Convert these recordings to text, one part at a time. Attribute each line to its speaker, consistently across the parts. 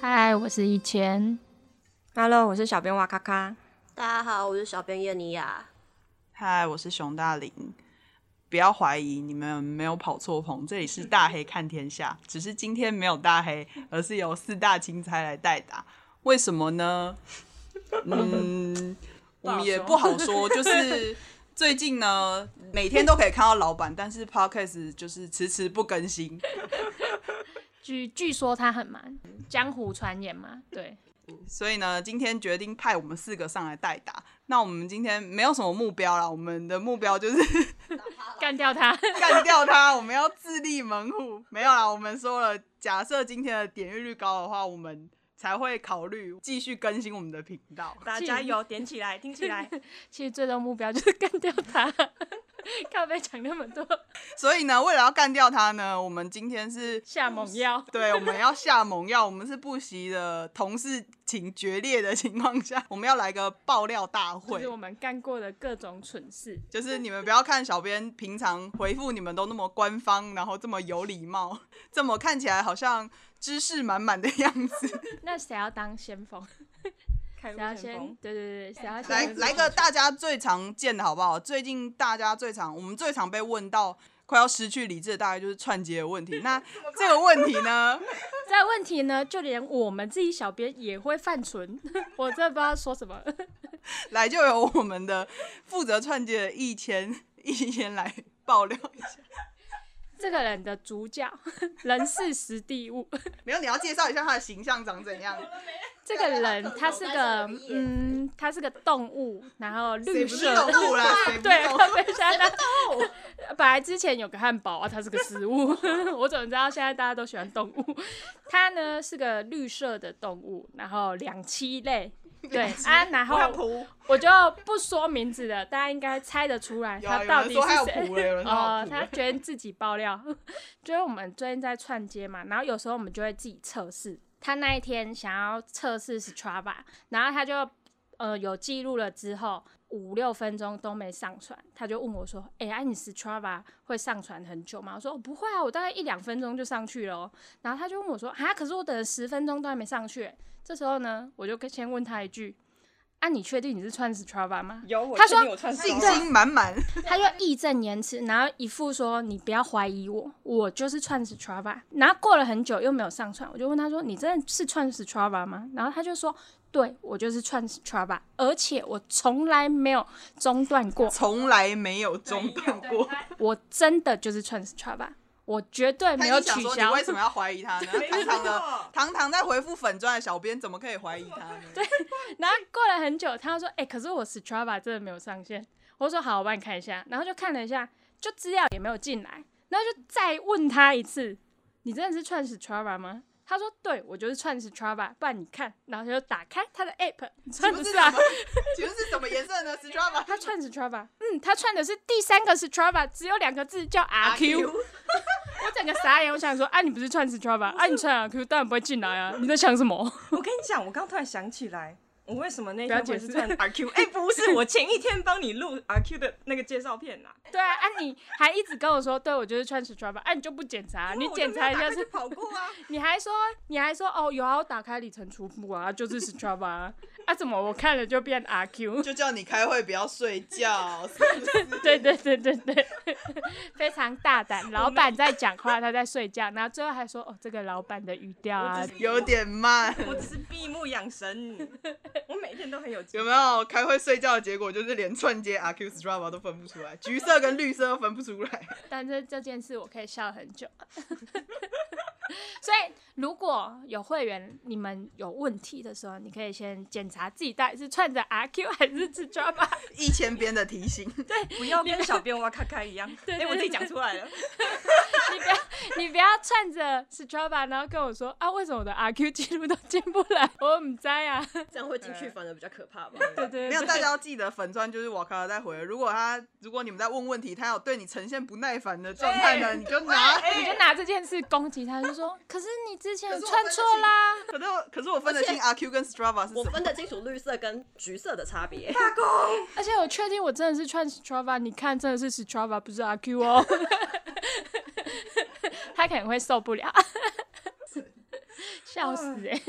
Speaker 1: 嗨，我是一千。
Speaker 2: Hello，我是小编哇咔咔。
Speaker 3: 大家好，我是小编叶尼亚。
Speaker 4: 嗨，我是熊大林。不要怀疑，你们没有跑错棚，这里是大黑看天下，只是今天没有大黑，而是由四大钦差来代打。为什么呢？嗯， 我们也不好说。就是最近呢，每天都可以看到老板，但是 podcast 就是迟迟不更新。
Speaker 1: 据据说他很忙，江湖传言嘛，对，
Speaker 4: 所以呢，今天决定派我们四个上来代打。那我们今天没有什么目标啦，我们的目标就是
Speaker 1: 干掉他。
Speaker 4: 干掉他，我们要自立门户。没有啦，我们说了，假设今天的点阅率高的话，我们才会考虑继续更新我们的频道。
Speaker 2: 大家有点起来，听起 来。
Speaker 1: 其实最终目标就是干掉他。 咖啡讲那么多
Speaker 4: 所以呢，为了要干掉他呢，我们今天是
Speaker 1: 下猛药，
Speaker 4: 对，我们要下猛药，我们是不惜的同事情决裂的情况下，我们要来个爆料大
Speaker 1: 就
Speaker 4: 会
Speaker 1: 是。我们干过的各种蠢事。
Speaker 4: 就是你们不要看小编平常回复你们都那么官方，然后这么有礼貌，这么看起来好像知识满满的样子。
Speaker 1: 那谁要当先 锋？
Speaker 2: 开
Speaker 1: 谁要
Speaker 2: 路
Speaker 1: 先
Speaker 2: 先锋？
Speaker 1: 对对对，谁要
Speaker 4: 来
Speaker 1: 先？
Speaker 4: 来个大家最常见的好不好？最近大家最常我们最常被问到快要失去理智的，大概就是串接的问题。 那这个问题呢，
Speaker 1: 这问题呢，就连我们自己小编也会犯蠢， 我真的不知道说什么。
Speaker 4: 来就由我们的负责串接的一千 一千来爆料一下。
Speaker 1: 这个人的主角， 人事实地物。
Speaker 4: 没有，你要介绍一下他的形象长 怎样？
Speaker 1: 这个人他是个
Speaker 3: 但是他有叶子
Speaker 1: 嗯，他是个动物，然后
Speaker 4: 谁
Speaker 1: 绿
Speaker 4: 不
Speaker 1: 色
Speaker 4: 是动物啦？谁不
Speaker 1: 对
Speaker 4: 是，动物
Speaker 1: 他被吓到。 本来之前有个汉堡啊，它是个食物， 我怎么知道现在大家都喜欢动物？它呢是个绿色的动物，然后两栖类。对啊，然
Speaker 4: 我有
Speaker 1: 后
Speaker 4: 仆，
Speaker 1: 我就不说名字了，大家应该猜得出来
Speaker 4: 有
Speaker 1: 它
Speaker 4: 啊有
Speaker 1: 到
Speaker 4: 人
Speaker 1: 底
Speaker 4: 说还有
Speaker 1: 是谁。
Speaker 4: 仆了，有人说还
Speaker 1: 哦
Speaker 4: 有，仆
Speaker 1: 他
Speaker 4: 了。
Speaker 1: 觉得自己爆料， 就是我们最近在串接嘛，然后有时候我们就会自己测试。他那一天想要测试 Strava，然后他就呃有记录了之后，五六分钟都没上传，他就问我说：“哎、啊你 Strava 会上传很久吗？”我说：“哦，不会啊，我大概一两分钟就上去了哦。”然后他就问我说：“啊，可是我等了十分钟都还没上去。”这时候呢，我就跟先问他一句：“啊，你确定你是穿 Strava 吗？”
Speaker 2: 有，我
Speaker 1: 他说
Speaker 2: 确定我串
Speaker 4: 信
Speaker 2: 骚扰
Speaker 4: 心满满，
Speaker 1: 他就义正言辞，然后一副说你不要怀疑我，我就是串 Strava。然后过了很久又没有上传，我就问他说你真的是串 Strava 吗？然后他就说对我就是串 Strava，而且我从来没有中断 过，
Speaker 4: 从来没有中断过。
Speaker 1: 我真的就是串 Strava，我绝对没
Speaker 4: 他
Speaker 1: 有
Speaker 4: 一定想
Speaker 1: 取
Speaker 4: 说你
Speaker 1: 消
Speaker 4: 为。什么要怀疑他 呢？堂堂的堂堂在回复粉钻的小编，怎么可以怀疑他呢？对，
Speaker 1: 然后过了很久，他就说哎、可是我 Strava 真的没有上线。我说好，我帮你看一下。然后就看了一下，就资料也没有进来，然后就再问他一次，你真的是串 Strava 吗？他说：“对，我就是串 Strava，不然你看。”然后他就打开他的 app，
Speaker 4: 岂
Speaker 1: 串
Speaker 4: 不是什
Speaker 1: Strava，
Speaker 4: 么？ 啊岂不是什么颜色呢 ？Strava
Speaker 1: 他串 Strava，嗯，他串的是第三个 Strava，只有两个字叫 RQ。我 整个傻眼，我想说：“啊，你不是串 Strava，啊，你串 RQ，当然不会进来啊！你在想什么
Speaker 2: 我跟你讲，我刚突然想起来，我为什么那
Speaker 1: 不要
Speaker 2: 天
Speaker 1: 解
Speaker 2: 会是
Speaker 1: 释
Speaker 2: 串 RQ？哎、不是，我前一天帮你录 RQ 的那个介绍片呐、？”
Speaker 1: 对啊，啊，你还一直跟我说：“对，我就是串 Strava。”啊，你就不检查，你
Speaker 2: 我就
Speaker 1: 检
Speaker 2: 没
Speaker 1: 查一
Speaker 2: 有打
Speaker 1: 下
Speaker 2: 开
Speaker 1: 是
Speaker 2: 就跑过啊，
Speaker 1: 你还说，你还说哦，有啊，我打开里程出库啊，就是 Strava 啊，啊怎么我看了就变 RQ？
Speaker 4: 就叫你开会不要睡觉，是不是？
Speaker 1: 对对对对对，非常大胆。老板在讲话，他在睡觉，然后最后还说哦，这个老板的语调啊
Speaker 2: 我只，是
Speaker 4: 有点慢。
Speaker 2: 我只是闭目养神， 我每天都很有精
Speaker 4: 有没有开会睡觉的结果就是连串接 RQ Strava 都分不出来，橘色跟绿色都分不出来。
Speaker 1: 但是这件事我可以笑很久。 所以如果有会员你们有问题的时候，你可以先检查自己到底是串着 RQ 还是吃 Java。
Speaker 4: 一千边的提醒，
Speaker 2: 不要跟小编哇咔咔一样。
Speaker 1: 对
Speaker 2: 哎、
Speaker 1: 对
Speaker 2: 我自己
Speaker 1: 对
Speaker 2: 讲出来了，
Speaker 1: 你不要，你不要串着 Strava，然后跟我说啊，为什么我的 RQ 记录都进不来？ 我唔知啊。
Speaker 3: 这样会进去反而比较可怕吧？
Speaker 1: 对对
Speaker 4: 没有
Speaker 1: 对
Speaker 4: 大家要记得粉钻就是瓦卡带回。如果他如果你们在问问题，他有对你呈现不耐烦的状态呢，你就拿。
Speaker 1: 哎你就拿这件事攻击他，就说：“可是你之前
Speaker 4: 可是我
Speaker 1: 串
Speaker 4: 分得
Speaker 1: 错
Speaker 4: 清
Speaker 1: 啦。
Speaker 4: 可是我可是我分得清 RQ 跟 Strava 是
Speaker 3: 我
Speaker 4: 什么
Speaker 3: 分。得清楚绿色跟橘色的差别。
Speaker 1: 而且我确定我真的是串 Strava，你看真的是 Strava，不是 RQ 哦。 他可能会受不了， 笑死 哎、欸！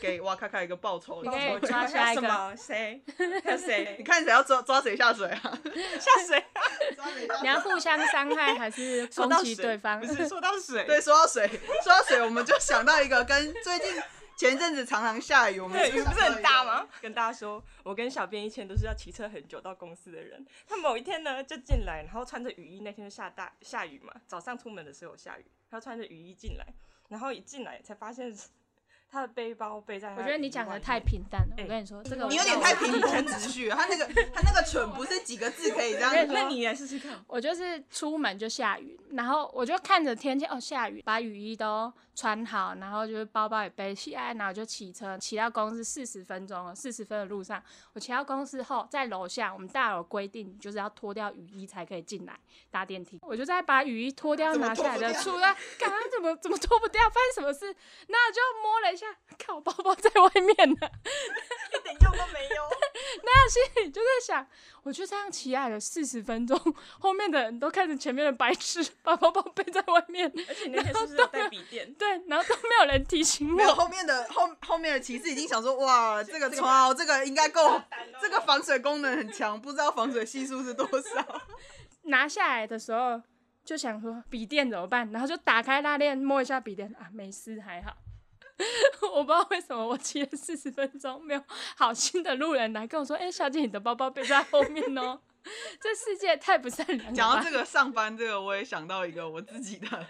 Speaker 4: 给瓦卡卡一个报酬，
Speaker 1: 你可以
Speaker 4: 报酬
Speaker 1: 抓下一个
Speaker 2: 还有什么谁？还有谁
Speaker 4: 你？看谁要抓抓谁下水啊？
Speaker 2: 下水啊？
Speaker 4: 抓谁下
Speaker 1: 你要互相伤害还是
Speaker 4: 说
Speaker 1: 攻
Speaker 4: 到
Speaker 1: 击
Speaker 4: 水
Speaker 1: 对方
Speaker 2: 不？是说到水，
Speaker 4: 对，说到水，说到水，我们就想到一个跟最近前阵子常常下雨，我 们
Speaker 2: 对，
Speaker 4: 就
Speaker 2: 雨
Speaker 4: 想
Speaker 2: 不
Speaker 4: 到
Speaker 2: 是
Speaker 4: 一个
Speaker 2: 很大？吗？跟大家说，我跟小编以前都是要骑车很久到公司的人。他某一天呢就进来，然后穿着雨衣，那天就下大下雨嘛，早上出门的时候有下雨，他穿着雨衣进来，然后一进来才发现 他的背包背在他
Speaker 1: 我
Speaker 2: 的
Speaker 1: 觉得
Speaker 2: 衣
Speaker 1: 你讲的
Speaker 2: 外
Speaker 1: 太
Speaker 2: 面
Speaker 1: 平淡了。
Speaker 2: 哎
Speaker 1: 我跟你说，这个
Speaker 4: 你有点太平铺直叙了，他那个他那个蠢不是几个字可以这样
Speaker 1: 对
Speaker 2: 那你来试试看，
Speaker 1: 我就是出门就下雨，然后我就看着天气，哦，下雨，把雨衣都穿好，然后就是包包也背起来，然后就骑车骑到公司四十分钟了，四十分的路上，我骑到公司后，在楼下我们大楼规定就是要脱掉雨衣才可以进来搭电梯，我就在把雨衣脱掉
Speaker 4: 怎么
Speaker 1: 拿下来的
Speaker 4: 脱不
Speaker 1: 出来，刚刚怎么怎么脱不掉，发生什么事？那我就摸了一下，看我包包在外面呢。
Speaker 2: 一点用都没有。
Speaker 1: 心里就在想，我就这样骑来了四十分钟， 后面的人都看着前面的白痴 把包包背在外面，
Speaker 2: 而且你那天是不是有带笔电？
Speaker 1: 对，然后都没有人提醒
Speaker 4: 没有
Speaker 1: 我。
Speaker 4: 后面的后后面的骑士已经想说，哇，这个超这个应该够，这个防水功能很强，不知道防水系数是多少。
Speaker 1: 拿下来的时候就想说笔电怎么办，然后就打开拉链摸一下笔电啊，没事还好。 我不知道为什么我骑了四十分钟，没有好心的路人来跟我说：“哎、小姐，你的包包背在后面哦。” 这世界太不善良了吧。
Speaker 3: 嗯
Speaker 4: 讲到这个上班这个，我也想到一个我自己的，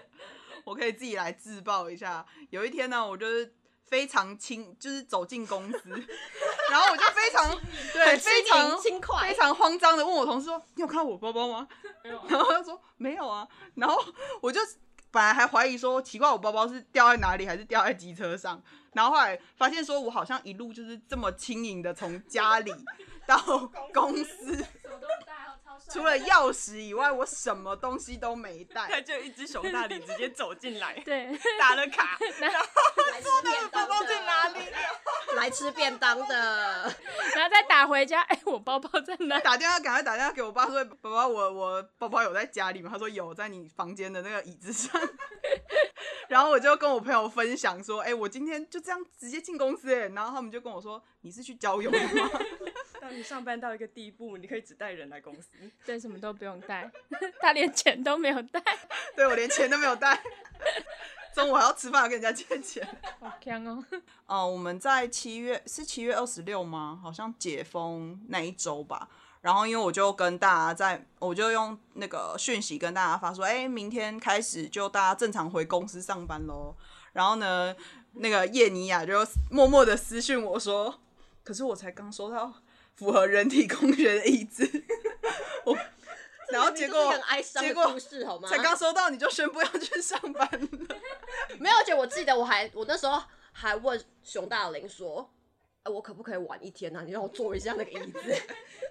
Speaker 4: 我可以自己来自爆一下。有一天呢，我就是非常轻，就是走进公司， 然后我就非常对非常
Speaker 3: 轻快
Speaker 4: 非，常慌张的问我同事说：“你有看到我包包吗？”
Speaker 3: 啊
Speaker 4: 然后他说：“没有啊。”然后我就本来还怀疑说，奇怪，我包包是掉在哪里，还是掉在机车上？然后后来发现说，我好像一路就是这么轻盈的从家里到公司，除了钥匙以外，我什么东西都没
Speaker 2: 他
Speaker 4: 带。
Speaker 2: 就一只熊大李直接走进 来，
Speaker 1: 对，
Speaker 2: 打了卡，
Speaker 3: 来吃便当的
Speaker 2: 在哪里？
Speaker 3: 来吃便当的，
Speaker 1: 然后再打回家，哎、我包包在哪？
Speaker 4: 打电话，赶快打电话给我爸说：“爸爸，我我包包有在家里吗？”他说：“有，在你房间的那个椅子上。”然后我就跟我朋友分享说：“哎、我今天就这样直接进公司、哎，然后他们就跟我说：“你是去郊游的吗？”
Speaker 2: 当你上班到一个地步，你可以只带人来公司。
Speaker 1: 对，什么都不用带， 他连钱都没有带，
Speaker 4: 对我连钱都没有带， 中午还要吃饭，还跟人家借钱。
Speaker 1: 好强哦！
Speaker 4: 哦、我们在七月是七月二十六吗？好像解封那一周吧。然后因为我就跟大家在，我就用那个讯息跟大家发说，哎，明天开始就大家正常回公司上班喽。然后呢，那个叶尼亚就默默的私讯我说，可是我才刚收到符合人体工学的椅子，我，然后结
Speaker 3: 这明明就是一个
Speaker 4: 果
Speaker 3: 很哀伤
Speaker 4: 结
Speaker 3: 的
Speaker 4: 果
Speaker 3: 故事好吗？
Speaker 4: 才刚收到你就宣布要去上班了。
Speaker 3: 没有，而且我记得我还我那时候还问熊大林说，哎、我可不可以晚一天呢、啊？你让我坐一下那个椅子。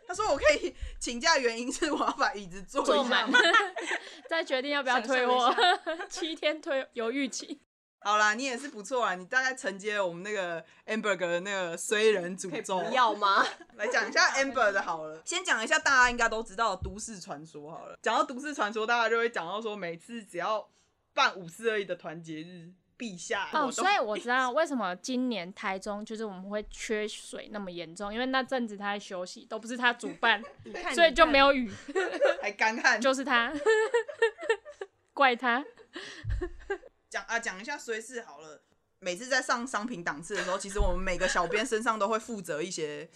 Speaker 4: 他说我可以请假，原因是我要把椅子 坐
Speaker 1: 坐
Speaker 4: 一下
Speaker 1: 满。， 再决定要不要推我。 七天推犹豫 期，
Speaker 4: 好啦，你也是不错啊，你大概承接了我们那个 Amber 的那个衰人诅咒。
Speaker 3: 要吗？
Speaker 4: 来讲一下 Amber 的好了，先讲一下大家应该都知道的都市传说好了。讲到都市传说，大家就会讲到说，每次只要办五四二一的团结日，陛下
Speaker 1: 哦，
Speaker 4: 我都
Speaker 1: 所以我知道为什么今年台中就是我们会缺水那么严重，因为那阵子他在休息，都不是他主 办，所以就没有雨，
Speaker 4: 还干旱。
Speaker 1: 就是 他，怪他。
Speaker 4: 讲啊，讲一下虽事好了。每次在上商品档次的时候，其实我们每个小编身上都会负责一些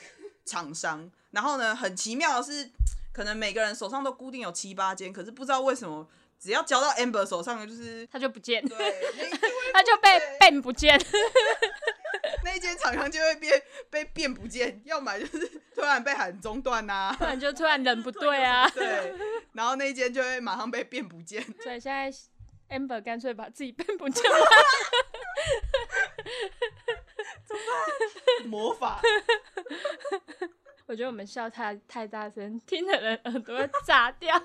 Speaker 4: 厂商。然后呢，很奇妙的是，可能每个人手上都固定有七八间，可是不知道为什么只要交到 Amber 手上的就是。
Speaker 1: 他就不见，
Speaker 4: 对，那一间
Speaker 1: 他就被被不见。
Speaker 4: 那一间厂商就会变被变不见，要么就是突然被喊中断呐、
Speaker 1: 突然就突然人不对啊，
Speaker 4: 对，然后那一间就会马上被变不见。
Speaker 1: 所以现在 Amber 干脆把自己变不 见了。
Speaker 4: 魔法，
Speaker 1: 我觉得我们笑太太大声，听的人耳朵会炸掉。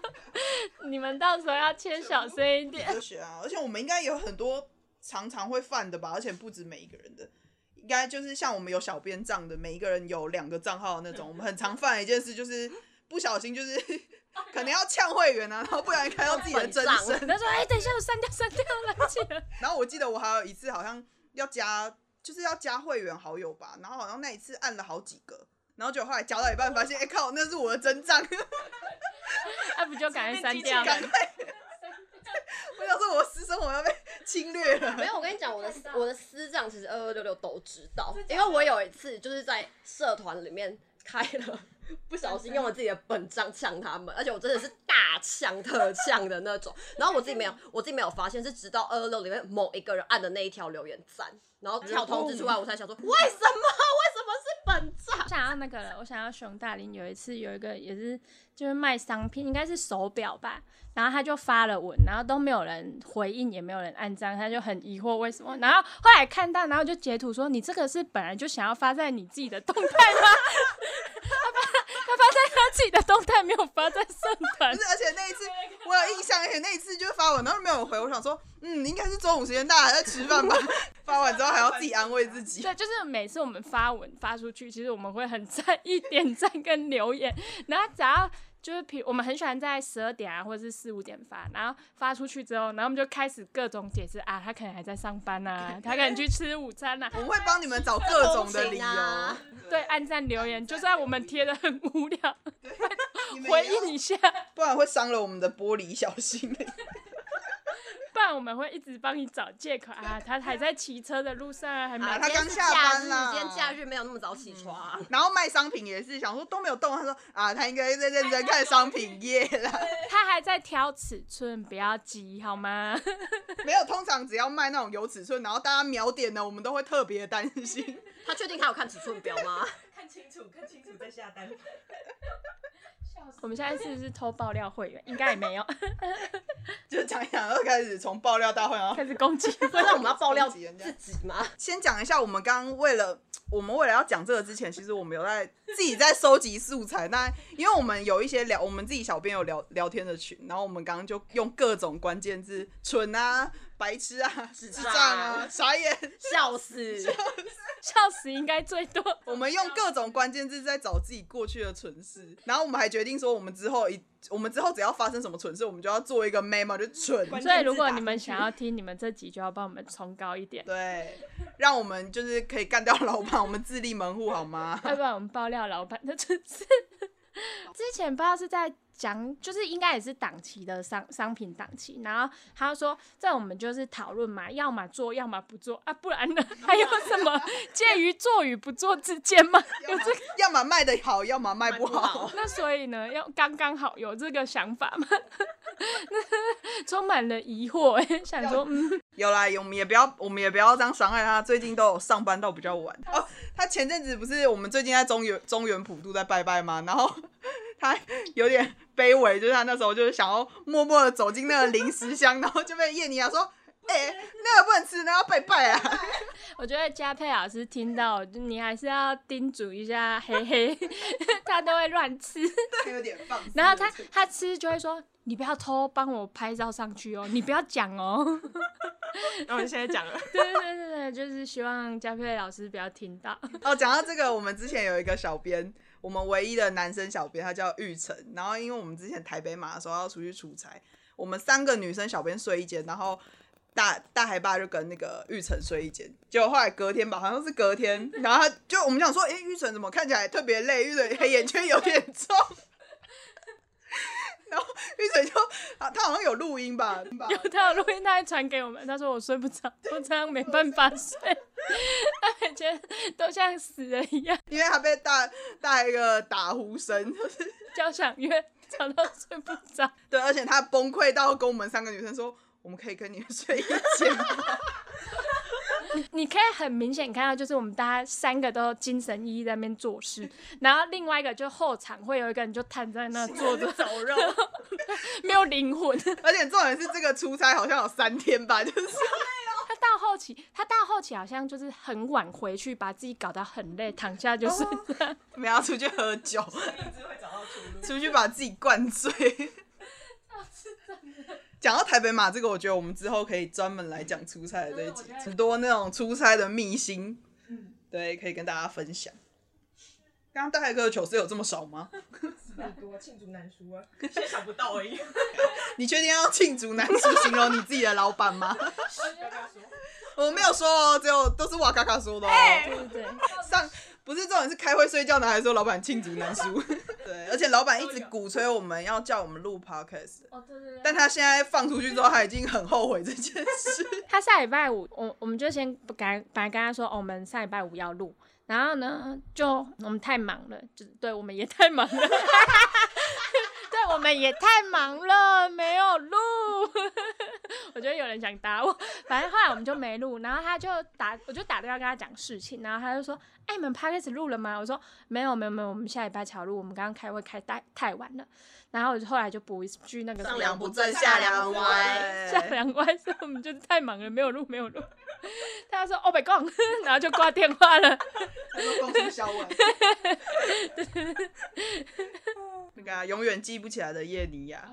Speaker 1: 你们到时候要切小声一 点。
Speaker 4: 科学啊！而且我们应该有很多常常会犯的吧，而且不止每一个人的，应该就是像我们有小编账的，每一个人有两个账号的那种。我们很常犯的一件事就是不小心就是 可能要呛会员啊，然后不然看到自己的真
Speaker 3: 本
Speaker 4: 身。
Speaker 1: 他说：“哎、等一下，我删掉，删掉， 来不及了。
Speaker 4: 然后我记得我还有一次好像要加，就是要加会员好友吧，然后好像那一次按了好几个。然后就后来加到一半，发现哎、靠，那是我的真账，
Speaker 1: 那啊不就赶快删掉
Speaker 4: 赶
Speaker 1: 了？
Speaker 4: 快！我想说我私生活要被侵略了。
Speaker 3: 没有，我跟你讲，我的我的私账其实二二六六都知道，因为我有一次就是在社团里面开了，不小心用了自己的本账呛他们，而且我真的是大呛特呛的那种。然后我自己没有，我自己没有发现，是直到二二六里面某一个人按的那一条留言赞，然后跳通知出来，我才想说为什么 为什么是本账
Speaker 1: 我？想要那个了，我想要熊大林有一次有一个也是就是卖商品，应该是手表吧，然后他就发了文，然后都没有人回应，也没有人按赞，他就很疑惑为什么。然后后来看到，然后就截图说：“你这个是本来就想要发在你自己的动态吗？” 他发他发在他自己的动态，没有发在社团
Speaker 4: 不是，。而且那一次我有印象，而且那一次就是发文，然后没有回，我想说，嗯，应该是中午时间大家还在吃饭吧。发完之后还要自己安慰自己，
Speaker 1: 对，就是每次我们发文发出去，其实我们会很在意 点赞跟留言，然后只要就是比我们很喜欢在十二点啊，或者是四五点发，然后发出去之后，然后我们就开始各种解释啊，他可能还在上班啊，他可能去吃午餐啊
Speaker 4: 我，们会帮你们找各种的理由，
Speaker 3: 啊
Speaker 1: 对，按赞留言，就算我们贴的很无聊，
Speaker 4: 你们
Speaker 1: 回
Speaker 3: 啊
Speaker 4: 也要
Speaker 1: 应一下，
Speaker 4: 不然会伤了我们的玻璃小心。
Speaker 1: 不然我们会一直帮你找借口啊，他还在骑车的路上啊，还没有
Speaker 4: 啊
Speaker 3: 啊
Speaker 4: 他
Speaker 3: 今天
Speaker 4: 刚
Speaker 3: 是
Speaker 4: 下
Speaker 3: 假
Speaker 4: 班
Speaker 3: 日
Speaker 4: 啦
Speaker 3: 今天假日没有那么早起床、
Speaker 4: 然后卖商品也是想说都没有动，他说啊，他应该在认真看商品页啦。
Speaker 1: 他还在挑尺寸，不要急好吗？
Speaker 4: 没有，通常只要卖那种有尺寸，然后大家秒点的，我们都会特别担心。
Speaker 3: 他确定他有看尺寸表吗？
Speaker 2: 看清楚，看清楚再下单。
Speaker 1: 我们现在是不是偷爆料会员？应该也没有，
Speaker 4: 就讲一讲，又开始从爆料大会，然后
Speaker 1: 开始攻击会员
Speaker 3: 那我们要爆料
Speaker 4: 攻击人家
Speaker 3: 自己吗？
Speaker 4: 先讲一下，我们刚刚为了我们为了要讲这个之前，其实我们有在自己在收集素材。那因为我们有一些聊，我们自己小编有聊聊天的群，然后我们刚刚就用各种关键字，蠢啊、白痴 啊、智
Speaker 3: 障
Speaker 4: 障啊、傻眼，
Speaker 3: 笑死！
Speaker 1: 笑死应该最 多。
Speaker 4: 我们用各种关键字在找自己过去的蠢事。然后我们还决定说，我们之后一我们之后只要发生什么蠢事，我们就要做一个 memo，就蠢。
Speaker 2: 关
Speaker 1: 所以
Speaker 2: 键字
Speaker 1: 如果
Speaker 2: 打
Speaker 1: 你们
Speaker 2: 进去
Speaker 1: 想要听，你们这集就要帮我们冲高一点，
Speaker 4: 对，让我们就是可以干掉老板，我们自立门户好吗？
Speaker 1: 要不然我们爆料老板的真是。 之前不知道是在讲，就是应该也是档期的商商品档期，然后他就说这我们就是讨论嘛，要么做，要么不做啊，不 然呢还有什么介于做与不做之间吗？
Speaker 4: 要么要么卖的好，要么卖不好。
Speaker 1: 那所以呢，要刚刚好有这个想法吗？ 那充满了疑惑、欸，想说嗯，
Speaker 4: 有啦，我们也不要，我们也不要这样伤害他。最近都有上班到比较晚哦。他前阵子不是我们最近在中原中原普渡在拜拜吗？然后 他有点卑微，就是他那时候就是想要默默的走进那个零食箱，然后就被叶尼亚说：“哎、那个不能吃，那要拜拜啊
Speaker 1: 我觉得佳佩老师听到，就你还是要叮嘱一下黑黑， 他都会乱吃，！”
Speaker 4: 他有点放肆
Speaker 1: 然后他他吃就会说。你不要偷帮我拍照上去哦，你不要讲哦。
Speaker 2: 那我们现在讲 了，
Speaker 1: 对对对对对，就是希望佳佩老师不要听到。
Speaker 4: 哦，讲到这个，我们之前有一个小编，我们唯一的男生小编，他叫玉成。然后因为我们之前台北马的时候要出去出差，我们三个女生小编睡一间，然后大大海爸就跟那个玉成睡一间。结果后来隔天吧，好像是隔天，然后他就我们想说，诶，玉成怎么看起来特别累？玉成黑眼圈有点重。然后玉成就，啊他好像有录音吧，
Speaker 1: 有他有录音，他还传给我们，他说我睡不着，我这样没办法睡， 他每天都像死了一样，
Speaker 4: 因为他被大大一个打呼声，就是
Speaker 1: 交响乐吵到睡不着。
Speaker 4: 对，而且他崩溃到跟我们三个女生说，我们可以跟你们睡一间吗？
Speaker 1: 你可以很明显看到，就是我们大家三个都精神奕奕在那边做 事，然后另外一个就后场会有一个人就瘫在那坐着，
Speaker 2: 走肉，
Speaker 1: 没有灵 魂。
Speaker 4: 而且重点是这个出差好像有三天吧，就是
Speaker 1: 他到后期，他到后期好像就是很晚回去，把自己搞得很累，躺下就睡着。
Speaker 4: 没有要出去喝酒，
Speaker 2: 一直会找到出路。啊
Speaker 4: 出去把自己灌 醉。讲到台北马这个，我觉得我们之后可以专门来讲出差的这一集
Speaker 2: 真的嗯我觉，得
Speaker 4: 很多那种出差的秘辛，
Speaker 2: 嗯
Speaker 4: 对，可以跟大家分享。刚刚大海哥的糗事有这么少吗？
Speaker 2: 很多罄竹难书 啊，现在想不到而已。
Speaker 4: 你确定要罄竹难书形容你自己的老板吗？
Speaker 2: 刚刚说
Speaker 4: 我没有说哦，只有都是瓦卡卡说的哦。
Speaker 1: 对对 对，
Speaker 4: 上不是重点是开会睡觉，哪来说老板罄竹难书？ 对，而且老板一直鼓吹我们要叫我们录 podcast，
Speaker 1: 哦对对对。
Speaker 4: 但他现在放出去之后，他已经很后悔这件事。
Speaker 1: 他下礼拜五，我我们就先不敢，本来跟他说、哦我们下礼拜五要录，然后呢，就我们太忙了，就对我们也太忙了， 对我们也太忙了，没有录。 我觉得有人想打我，反正后来我们就没录，然后他就打，我就打电话跟他讲事情，然后他就说：“哎、你们 p o d c a s 录了吗？”我说：“没有，没有，没有，我们下礼拜才要录，我们刚刚开会开太太晚了。”然后我就后来就补一句那个什
Speaker 3: 上
Speaker 1: 么
Speaker 3: 梁不正下梁歪
Speaker 1: 下两关是我们就是太忙了，没有录，没有录。 他说 “Oh my god”，然 后就挂电话了。
Speaker 4: 他说恭喜小伟。那个啊、永远记不起来的叶尼亚。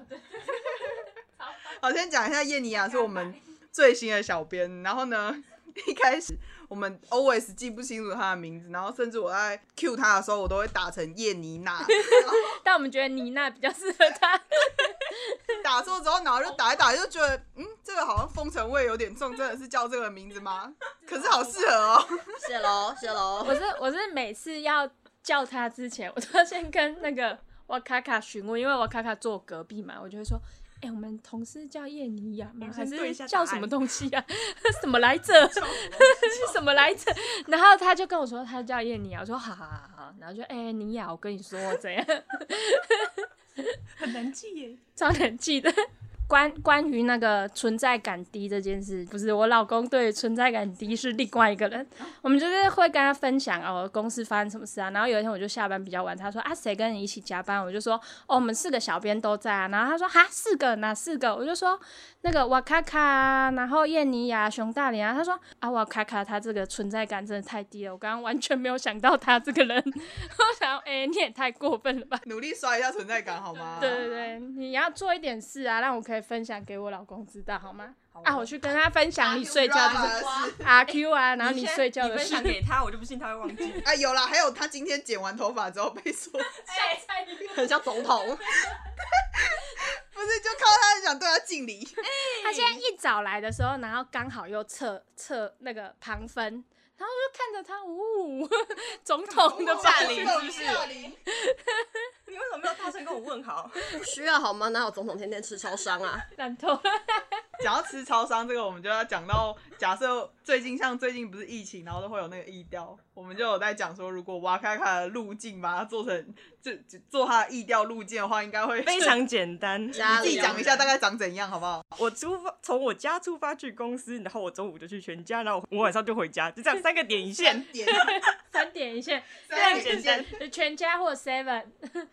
Speaker 1: 哦
Speaker 4: 好，先讲一下叶尼亚是我们最新的小编，然后呢， 一开始我们 always 记不清楚他的名字，然后甚至我在 cue 他的时候，我都会打成叶 尼娜，
Speaker 1: 但我们觉得妮娜比较适合他，
Speaker 4: 打错之后，然后就打一打，就觉得嗯，这个好像风尘味有点重，真的是叫这个名 字吗？可是好适合哦。
Speaker 3: 谢喽，谢喽
Speaker 1: 我。是我是每次要叫他之前，我都要先跟那个瓦卡卡询问，因为瓦卡卡坐我隔壁嘛，我就会说。哎、我们同事叫叶尼亚吗？
Speaker 2: 们
Speaker 1: 还
Speaker 2: 先对一下
Speaker 1: 是
Speaker 2: 答
Speaker 1: 叫
Speaker 2: 案
Speaker 1: 什么东西呀、啊 什么来着？ 是什么来着？ 然后他就跟我说，他叫叶尼亚。我说好好好好。然后就哎、尼亚，我跟你说怎样？
Speaker 2: 很难记耶。
Speaker 1: 超难记的。关关于那个存在感低这件事，不是我老公对存在感低是另外一个人。我们就是会跟他分享哦，公司发生什么事啊。然后有一天我就下班比较晚，他说啊谁跟你一起加班？我就说哦我们四个小编都在啊。然后他说哈四个哪四个？我就说那个瓦卡卡，然后燕妮呀、熊大脸啊。他说啊瓦卡卡他这个存在感真的太低了，我刚刚完全没有想到他这个人。 我想哎、你也太过分了吧。
Speaker 4: 努力刷一下存在感好吗？
Speaker 1: 对对对，你要做一点事啊，让我可以分享给我老公知道好吗？啊，我去跟他分享你睡觉就是 R Q 啊，然后你
Speaker 2: 先
Speaker 1: 睡觉的
Speaker 2: 你分
Speaker 1: 事
Speaker 2: 享。给他，我就不信他会忘记。
Speaker 4: 啊，有啦，还有他今天剪完头发之后被说，
Speaker 3: 很像总统，
Speaker 4: 不是就靠他很想对他啊敬 礼，
Speaker 1: 他现在一早来的时候，然后刚好又测测那个旁分，然后我就看着他，呜、 总统的霸
Speaker 2: 霸
Speaker 1: 凌
Speaker 2: 凌。是不是
Speaker 4: 霸凌
Speaker 2: 你为什么没有大声跟我 问好？
Speaker 3: 不需要好吗？哪有总统天天吃超商啊？
Speaker 1: 烂透了。
Speaker 4: 讲到吃超商这个，我们就要讲到，假设最近像最近不是疫情，然后都会有那个疫调，我们就有在讲说，如果挖开卡的路径把它做成这做它的疫调路径的话，应该会
Speaker 2: 非常简单，
Speaker 1: 啊
Speaker 3: 家
Speaker 4: 自己
Speaker 3: 里
Speaker 4: 讲一下大概长怎样，好不好？。
Speaker 2: 我出发从我家出发去公司，然后我中午就去全家，然后我晚上就回家，就这样三个点一线
Speaker 4: 点
Speaker 1: 三点一线，
Speaker 4: 三点线。
Speaker 1: 全家或 Seven，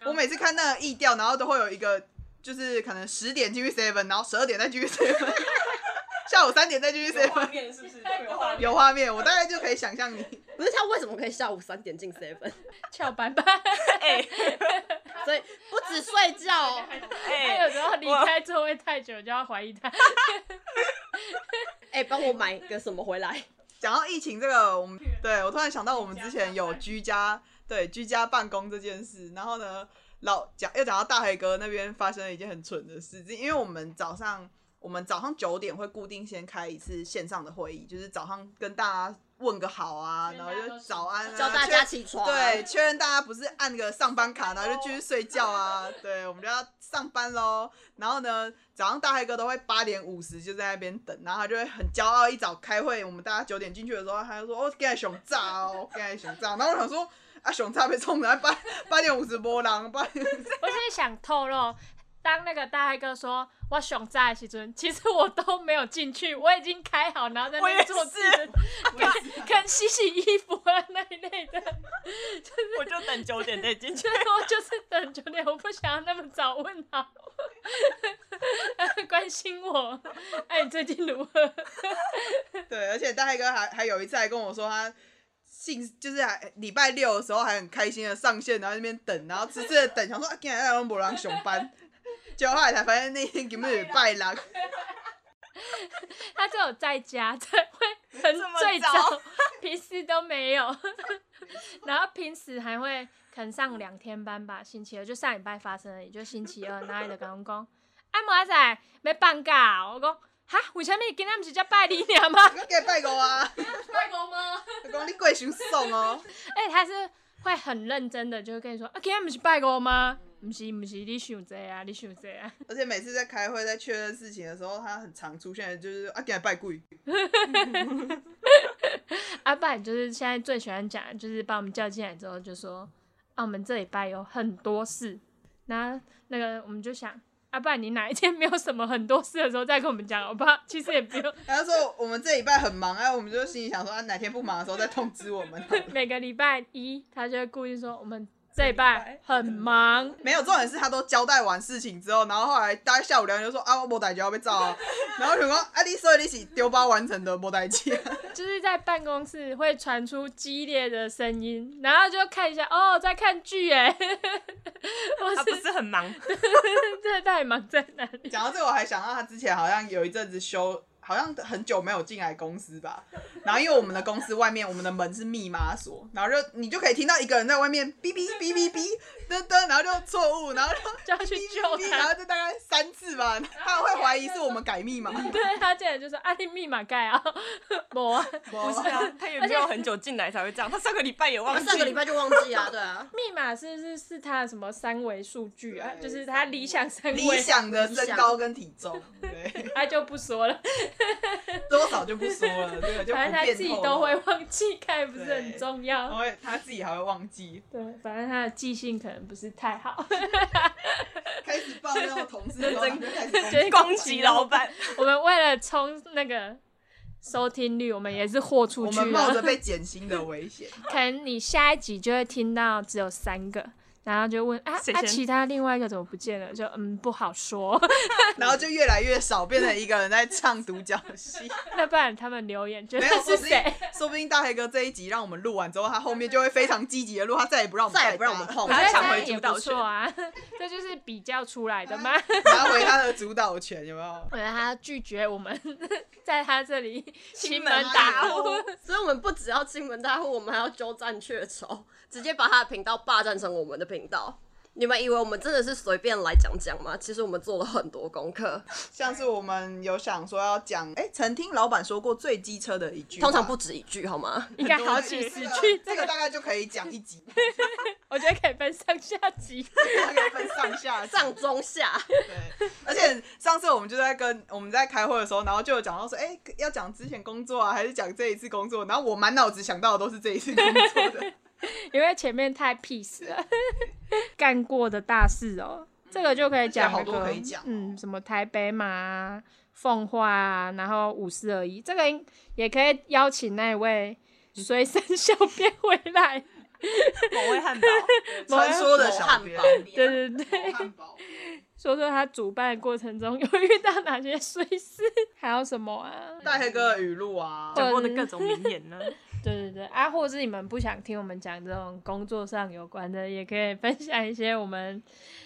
Speaker 4: 我每次看那个疫调，然后都会有一个，就是可能十点进去 seven，然后十二点再进去 seven，下午三点再进去 seven，
Speaker 2: 面是不是？有画面。
Speaker 4: 有画面，我大概就可以想象你。
Speaker 3: 不是他为什么可以下午三点进 seven？
Speaker 1: 翘班吧。
Speaker 2: 哎
Speaker 3: 所以不止睡觉 哦，
Speaker 1: 他
Speaker 2: 哎，
Speaker 1: 有时候离
Speaker 2: 我
Speaker 1: 开座位太久，就要怀疑他。
Speaker 3: 哎、帮我买个什么回来？
Speaker 4: 讲到疫情这个，我们对我突然想到，我们之前有居家对居家办公这件事，然后呢，老讲又讲到大黑哥那边发生了一件很蠢的事情，因为我们早上我们早上九点会固定先开一次线上的会议，就是早上跟大家问个好啊，然后就早安啊，
Speaker 3: 叫大家
Speaker 4: 确
Speaker 3: 起床。
Speaker 4: 对，，确认大家不是按个上班卡，然后就继续睡觉啊。对，我们就要上班喽。然后呢，早上大黑哥都会八点五十就在那边等，然后他就会很骄傲，一早开会，我们大家九点进去的时候，他就说：“哦，现在熊炸哦，现在熊炸。”然后我想说。啊，熊差被冲来八八点五十波浪，八点
Speaker 1: 我只是想透露，当那个大黑哥说我熊在西尊，其实我都没有进去，我已经开好，然后在那
Speaker 2: 我也
Speaker 1: 边做
Speaker 2: 是
Speaker 1: 自己的，跟跟洗洗衣服啊那一类的，
Speaker 2: 我就等九点再进去
Speaker 1: 就。是我就是等九点，我不想要那么早问好， 关心我，哎、你最近如何？
Speaker 4: 对，而且大黑哥还还有一次还跟我说他。信就是还礼拜六的时候还很开心的上线，然后在那边等，然后痴痴的等，想说啊，今天来波浪熊班，结果后来才发现那天根本是拜狼，
Speaker 1: 他只有在家 才会很
Speaker 2: 这么
Speaker 1: 最
Speaker 2: 早
Speaker 1: 早， 平时都没有。 然后平时还会可能上两天班吧，星期二就上礼拜发生的，也就星期二，然后他就跟我讲，啊，明仔载要放假哦，我讲哈，为什么今天不是才拜二尔吗？
Speaker 4: 我给拜过啊，
Speaker 1: 拜五吗？
Speaker 4: 我讲你贵熊送哦，
Speaker 1: 哎，他是会很认真的，就会跟你说，啊，今天不是拜五吗？不是，不是，你想这啊，你想这啊。
Speaker 4: 而且每次在开会在确认事情的时候，他很常出现的就是啊，给拜贵，
Speaker 1: 阿爸啊就是现在最喜欢讲的，就是把我们叫进来之后就说，啊，我们这礼拜有很多事，那那个我们就想，阿爸你哪一天没有什么很多事的时候再跟我们讲，好不好？其实也不用
Speaker 4: 然后说我们这礼拜很忙，哎、啊，我们就心里想说啊，哪天不忙的时候再通知我们。
Speaker 1: 每个礼拜一他就会故意说我们这礼拜很忙，
Speaker 4: 没有，重点是他都交代完事情之后，然后后来大概下午两点就说啊，我没代就要被照啊，然后我想说啊，你所以你是丢包完成的没代志、啊，
Speaker 1: 就是在办公室会传出激烈的声音，然后就看一下，哦，在看剧哎，我
Speaker 2: 啊他不
Speaker 1: 是
Speaker 2: 是很 忙，
Speaker 1: 这到底忙在哪里？
Speaker 4: 讲到这个，我还想到他之前好像有一阵子休，好像很久没有进来公司吧。然后因为我们的公司外面，我们的门是密码锁，然后就你就可以听到一个人在外面哔哔哔哔哔噔噔，然后就错误，然后就
Speaker 1: 就要 去
Speaker 4: 哔
Speaker 1: 救
Speaker 4: 哔哔，然
Speaker 1: 他
Speaker 4: 后，就大概三次吧，他会怀疑是我们改密码。
Speaker 1: 对他竟然就说啊，你密码盖 啊，没啊。
Speaker 4: 不
Speaker 2: 不是啊，他也没有很久进来才会这样。他上个礼拜也忘
Speaker 3: 我
Speaker 2: 记，
Speaker 3: 啊上个礼拜就忘记啊，对啊，
Speaker 1: 密码是不是是他的什么三维数据啊？
Speaker 4: 对
Speaker 1: 就是他理想三
Speaker 4: 理
Speaker 1: 维，
Speaker 4: 想的身高跟体重，对，
Speaker 1: 他就不说了，
Speaker 4: 多少就不说了，这个就不
Speaker 1: 反正他
Speaker 4: 变
Speaker 1: 自己
Speaker 4: 透
Speaker 1: 都会
Speaker 4: 露，
Speaker 1: 忘记，看也不是很重
Speaker 4: 他
Speaker 1: 要。
Speaker 4: 会他自己还会忘记，
Speaker 1: 对，反正他的记性可能不是太好。
Speaker 4: 开始爆料同事之后，他就开始攻击
Speaker 1: 觉得
Speaker 2: 攻击老板，
Speaker 1: 我们为了冲那个收听率，我们也是豁出
Speaker 4: 我
Speaker 1: 去啊
Speaker 4: 们冒着
Speaker 1: 了。
Speaker 4: 被减薪的危险，
Speaker 1: 可能你下一集就会听到只有三个。然后就问啊
Speaker 2: 谁
Speaker 1: 啊，
Speaker 2: 先
Speaker 1: 其他另外一个怎么不见了？就嗯不好说，
Speaker 4: 然后就越来越少，变成一个人在唱独角戏。
Speaker 1: 那不然他们留言觉得
Speaker 4: 没 有，
Speaker 1: 是
Speaker 4: 说不定
Speaker 1: 谁？
Speaker 4: 说不定大黑哥这一集让我们录完之后，他后面就会非常积极的录，他再也不让我们
Speaker 3: 再也不让我们
Speaker 4: 搭
Speaker 3: 碰
Speaker 1: 我觉
Speaker 2: 他
Speaker 1: 得
Speaker 2: 抢
Speaker 1: 这
Speaker 2: 回
Speaker 1: 样也
Speaker 2: 主导
Speaker 1: 不错
Speaker 2: 权
Speaker 1: 啊， 这就是比较出来的嘛。
Speaker 4: 拿回他的主导权，有没有？
Speaker 1: 可能他拒绝我们 在他这里 亲
Speaker 2: 门
Speaker 1: 门
Speaker 2: 打
Speaker 1: 打
Speaker 2: 户
Speaker 1: 户，
Speaker 3: 所以我们不只要亲门大户，我们还要鸠占鹊巢，直接把他的频道霸占成我们的频道。你们以为我们真的是随便来讲讲吗？其实我们做了很多功课，
Speaker 4: 像是我们有想说要讲，哎，曾听老板说过最机车的一句话，
Speaker 3: 通常不止一句好吗？
Speaker 1: 应该好几十
Speaker 4: 这
Speaker 1: 句
Speaker 4: 个。这个大概就可以讲一集，
Speaker 1: 我觉得可以分上下集。
Speaker 4: 大概分上下集
Speaker 3: 上中下，
Speaker 4: 对，而且上次我们就在跟我们在开会的时候，然后就有讲到说，哎、要讲之前工作啊，还是讲这一次工作？然后我满脑子想到的都是这一次工作的。
Speaker 1: 因为前面太 peace 了，干过的大事哦，这个就可以讲、那
Speaker 4: 而且
Speaker 1: 个、
Speaker 4: 嗯好多可以讲哦
Speaker 1: 嗯，什么台北马啊、奉化啊，然后五四而已，这个应也可以邀请那一位
Speaker 4: 嗯
Speaker 1: 随身小编回来，
Speaker 2: 某位汉堡，
Speaker 4: 传说的小
Speaker 3: 汉
Speaker 4: 编
Speaker 3: 堡，
Speaker 1: 对对对，
Speaker 4: 汉堡，
Speaker 1: 说说他主办过程中有遇到哪些碎事，还有什么啊？
Speaker 4: 大黑哥的语录啊，
Speaker 2: 讲过的各种名 言呢。
Speaker 1: 对对对，啊，或者是你们不想听我们讲这种工作上有关的，也可以分享一些我们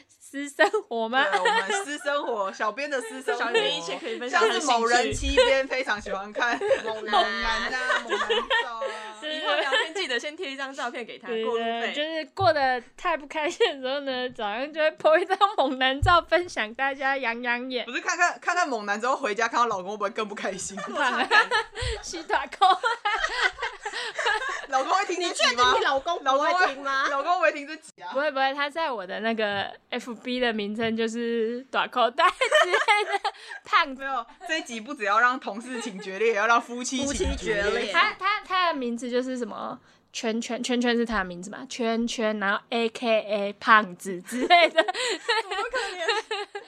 Speaker 1: 私生活吗？
Speaker 4: 对我啊们私生活，小编的私生活，
Speaker 2: 小编一切可以分享
Speaker 4: 像
Speaker 2: 的
Speaker 4: 是
Speaker 2: 兴
Speaker 4: 某人
Speaker 2: 趣。
Speaker 4: 七编非常喜欢看
Speaker 3: 猛
Speaker 4: 猛男啊，猛男照啊。
Speaker 1: 对
Speaker 2: 以后聊天记得先贴一张照片给他，
Speaker 1: 对
Speaker 2: 过路
Speaker 1: 对，就
Speaker 2: 费。
Speaker 1: 是过得太不开心的时候呢，早上就会 po 一张猛男照分享，大家养养眼
Speaker 4: 不，是看看看看猛男之后回家看到老公会不会更不开心？
Speaker 1: 洗短裤。
Speaker 4: 老公会听
Speaker 3: 你
Speaker 4: 这
Speaker 3: 确
Speaker 4: 集
Speaker 3: 定
Speaker 4: 吗？
Speaker 3: 你老公
Speaker 4: 老
Speaker 3: 不
Speaker 4: 公
Speaker 3: 会听吗？
Speaker 4: 老公会不会听这集啊
Speaker 1: 不？会不会，他在我的那个 FB 的名称就是短裤带之类的，胖子
Speaker 4: 没。有这一集不只要让同事请决裂，也要让夫妻
Speaker 3: 夫妻
Speaker 4: 请
Speaker 3: 决裂
Speaker 1: 他他他的名字就是什么？圈圈圈圈是他的名字嘛？圈圈，然后 A K A 胖子之类的，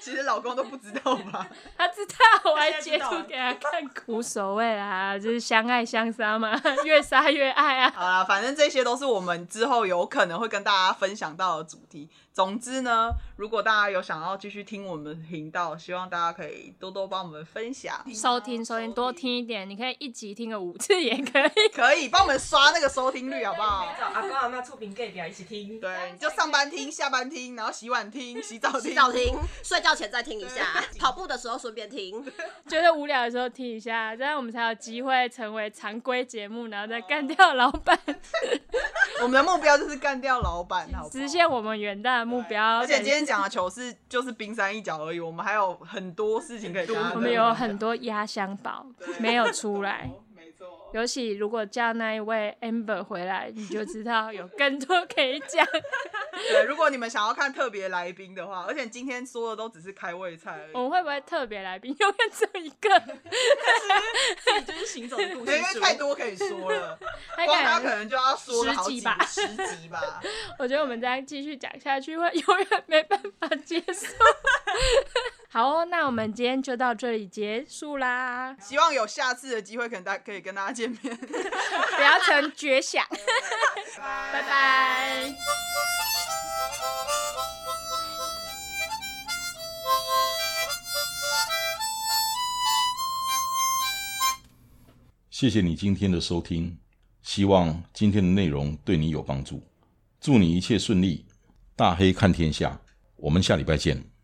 Speaker 4: 其实老公都不知道吧？
Speaker 1: 他知道，我还
Speaker 2: 他
Speaker 1: 截
Speaker 2: 现在知道
Speaker 1: 图
Speaker 2: 了
Speaker 1: 给他看，无所谓啦，啊就是相爱相杀嘛， 越杀越爱啊。
Speaker 4: 好啦，反正这些都是我们之后有可能会跟大家分享到的主题。总之呢，如果大家有想要继续听我们的频道，希望大家可以多多帮我们分享，
Speaker 1: 收听收听，多听一点，你可以一集听个五次也可以。
Speaker 4: 可以帮我们刷那个收听率，好 不好？
Speaker 2: 找阿公阿妈出饼给表一起听。
Speaker 4: 对，你就上班听、下班听，然后洗碗听、洗 澡听。
Speaker 3: 洗澡听，睡觉前再听一下，跑步的时候顺便听。
Speaker 1: 觉得无聊的时候听一下，这样我们才有机会成为常规节目，然后再干掉老板，
Speaker 4: 我们的目标就是干掉老板，好不好？
Speaker 1: 实现我们远大的目标。
Speaker 4: 而且今天讲的球是就是冰山一角而已，我们还有很多事情可以跟大家
Speaker 1: 我们有很多压箱宝
Speaker 4: 对
Speaker 1: 没有出来。
Speaker 4: 没错。
Speaker 1: 尤其如果叫那一位 Amber 回来，你就知道有更多可以讲。
Speaker 4: 对，如果你们想要看特别来宾的话，而且今天说的都只是开胃菜而
Speaker 1: 我
Speaker 4: 已。
Speaker 1: 们会不会特别来宾永远只有一个？
Speaker 2: 自己就是行走的故
Speaker 4: 对，
Speaker 2: 事
Speaker 4: 因为
Speaker 2: 书。
Speaker 4: 太多可以 说了，
Speaker 1: 他
Speaker 4: 光他
Speaker 1: 感
Speaker 4: 可
Speaker 1: 觉，
Speaker 4: 能就要说个好
Speaker 1: 十集
Speaker 4: 几
Speaker 1: 吧
Speaker 4: 十集 吧。
Speaker 1: 我觉得我们这样继续讲下去，会 永远没办法结束。 好哦，那我们今天就到这里结束啦，
Speaker 4: 希望有下次的机会，可能大可以跟大家见面。
Speaker 1: 不要成绝响，拜拜。
Speaker 5: 谢谢你今天的收听，希望今天的内容对你有帮助。祝你一切顺利，大黑看天下，我们下礼拜见。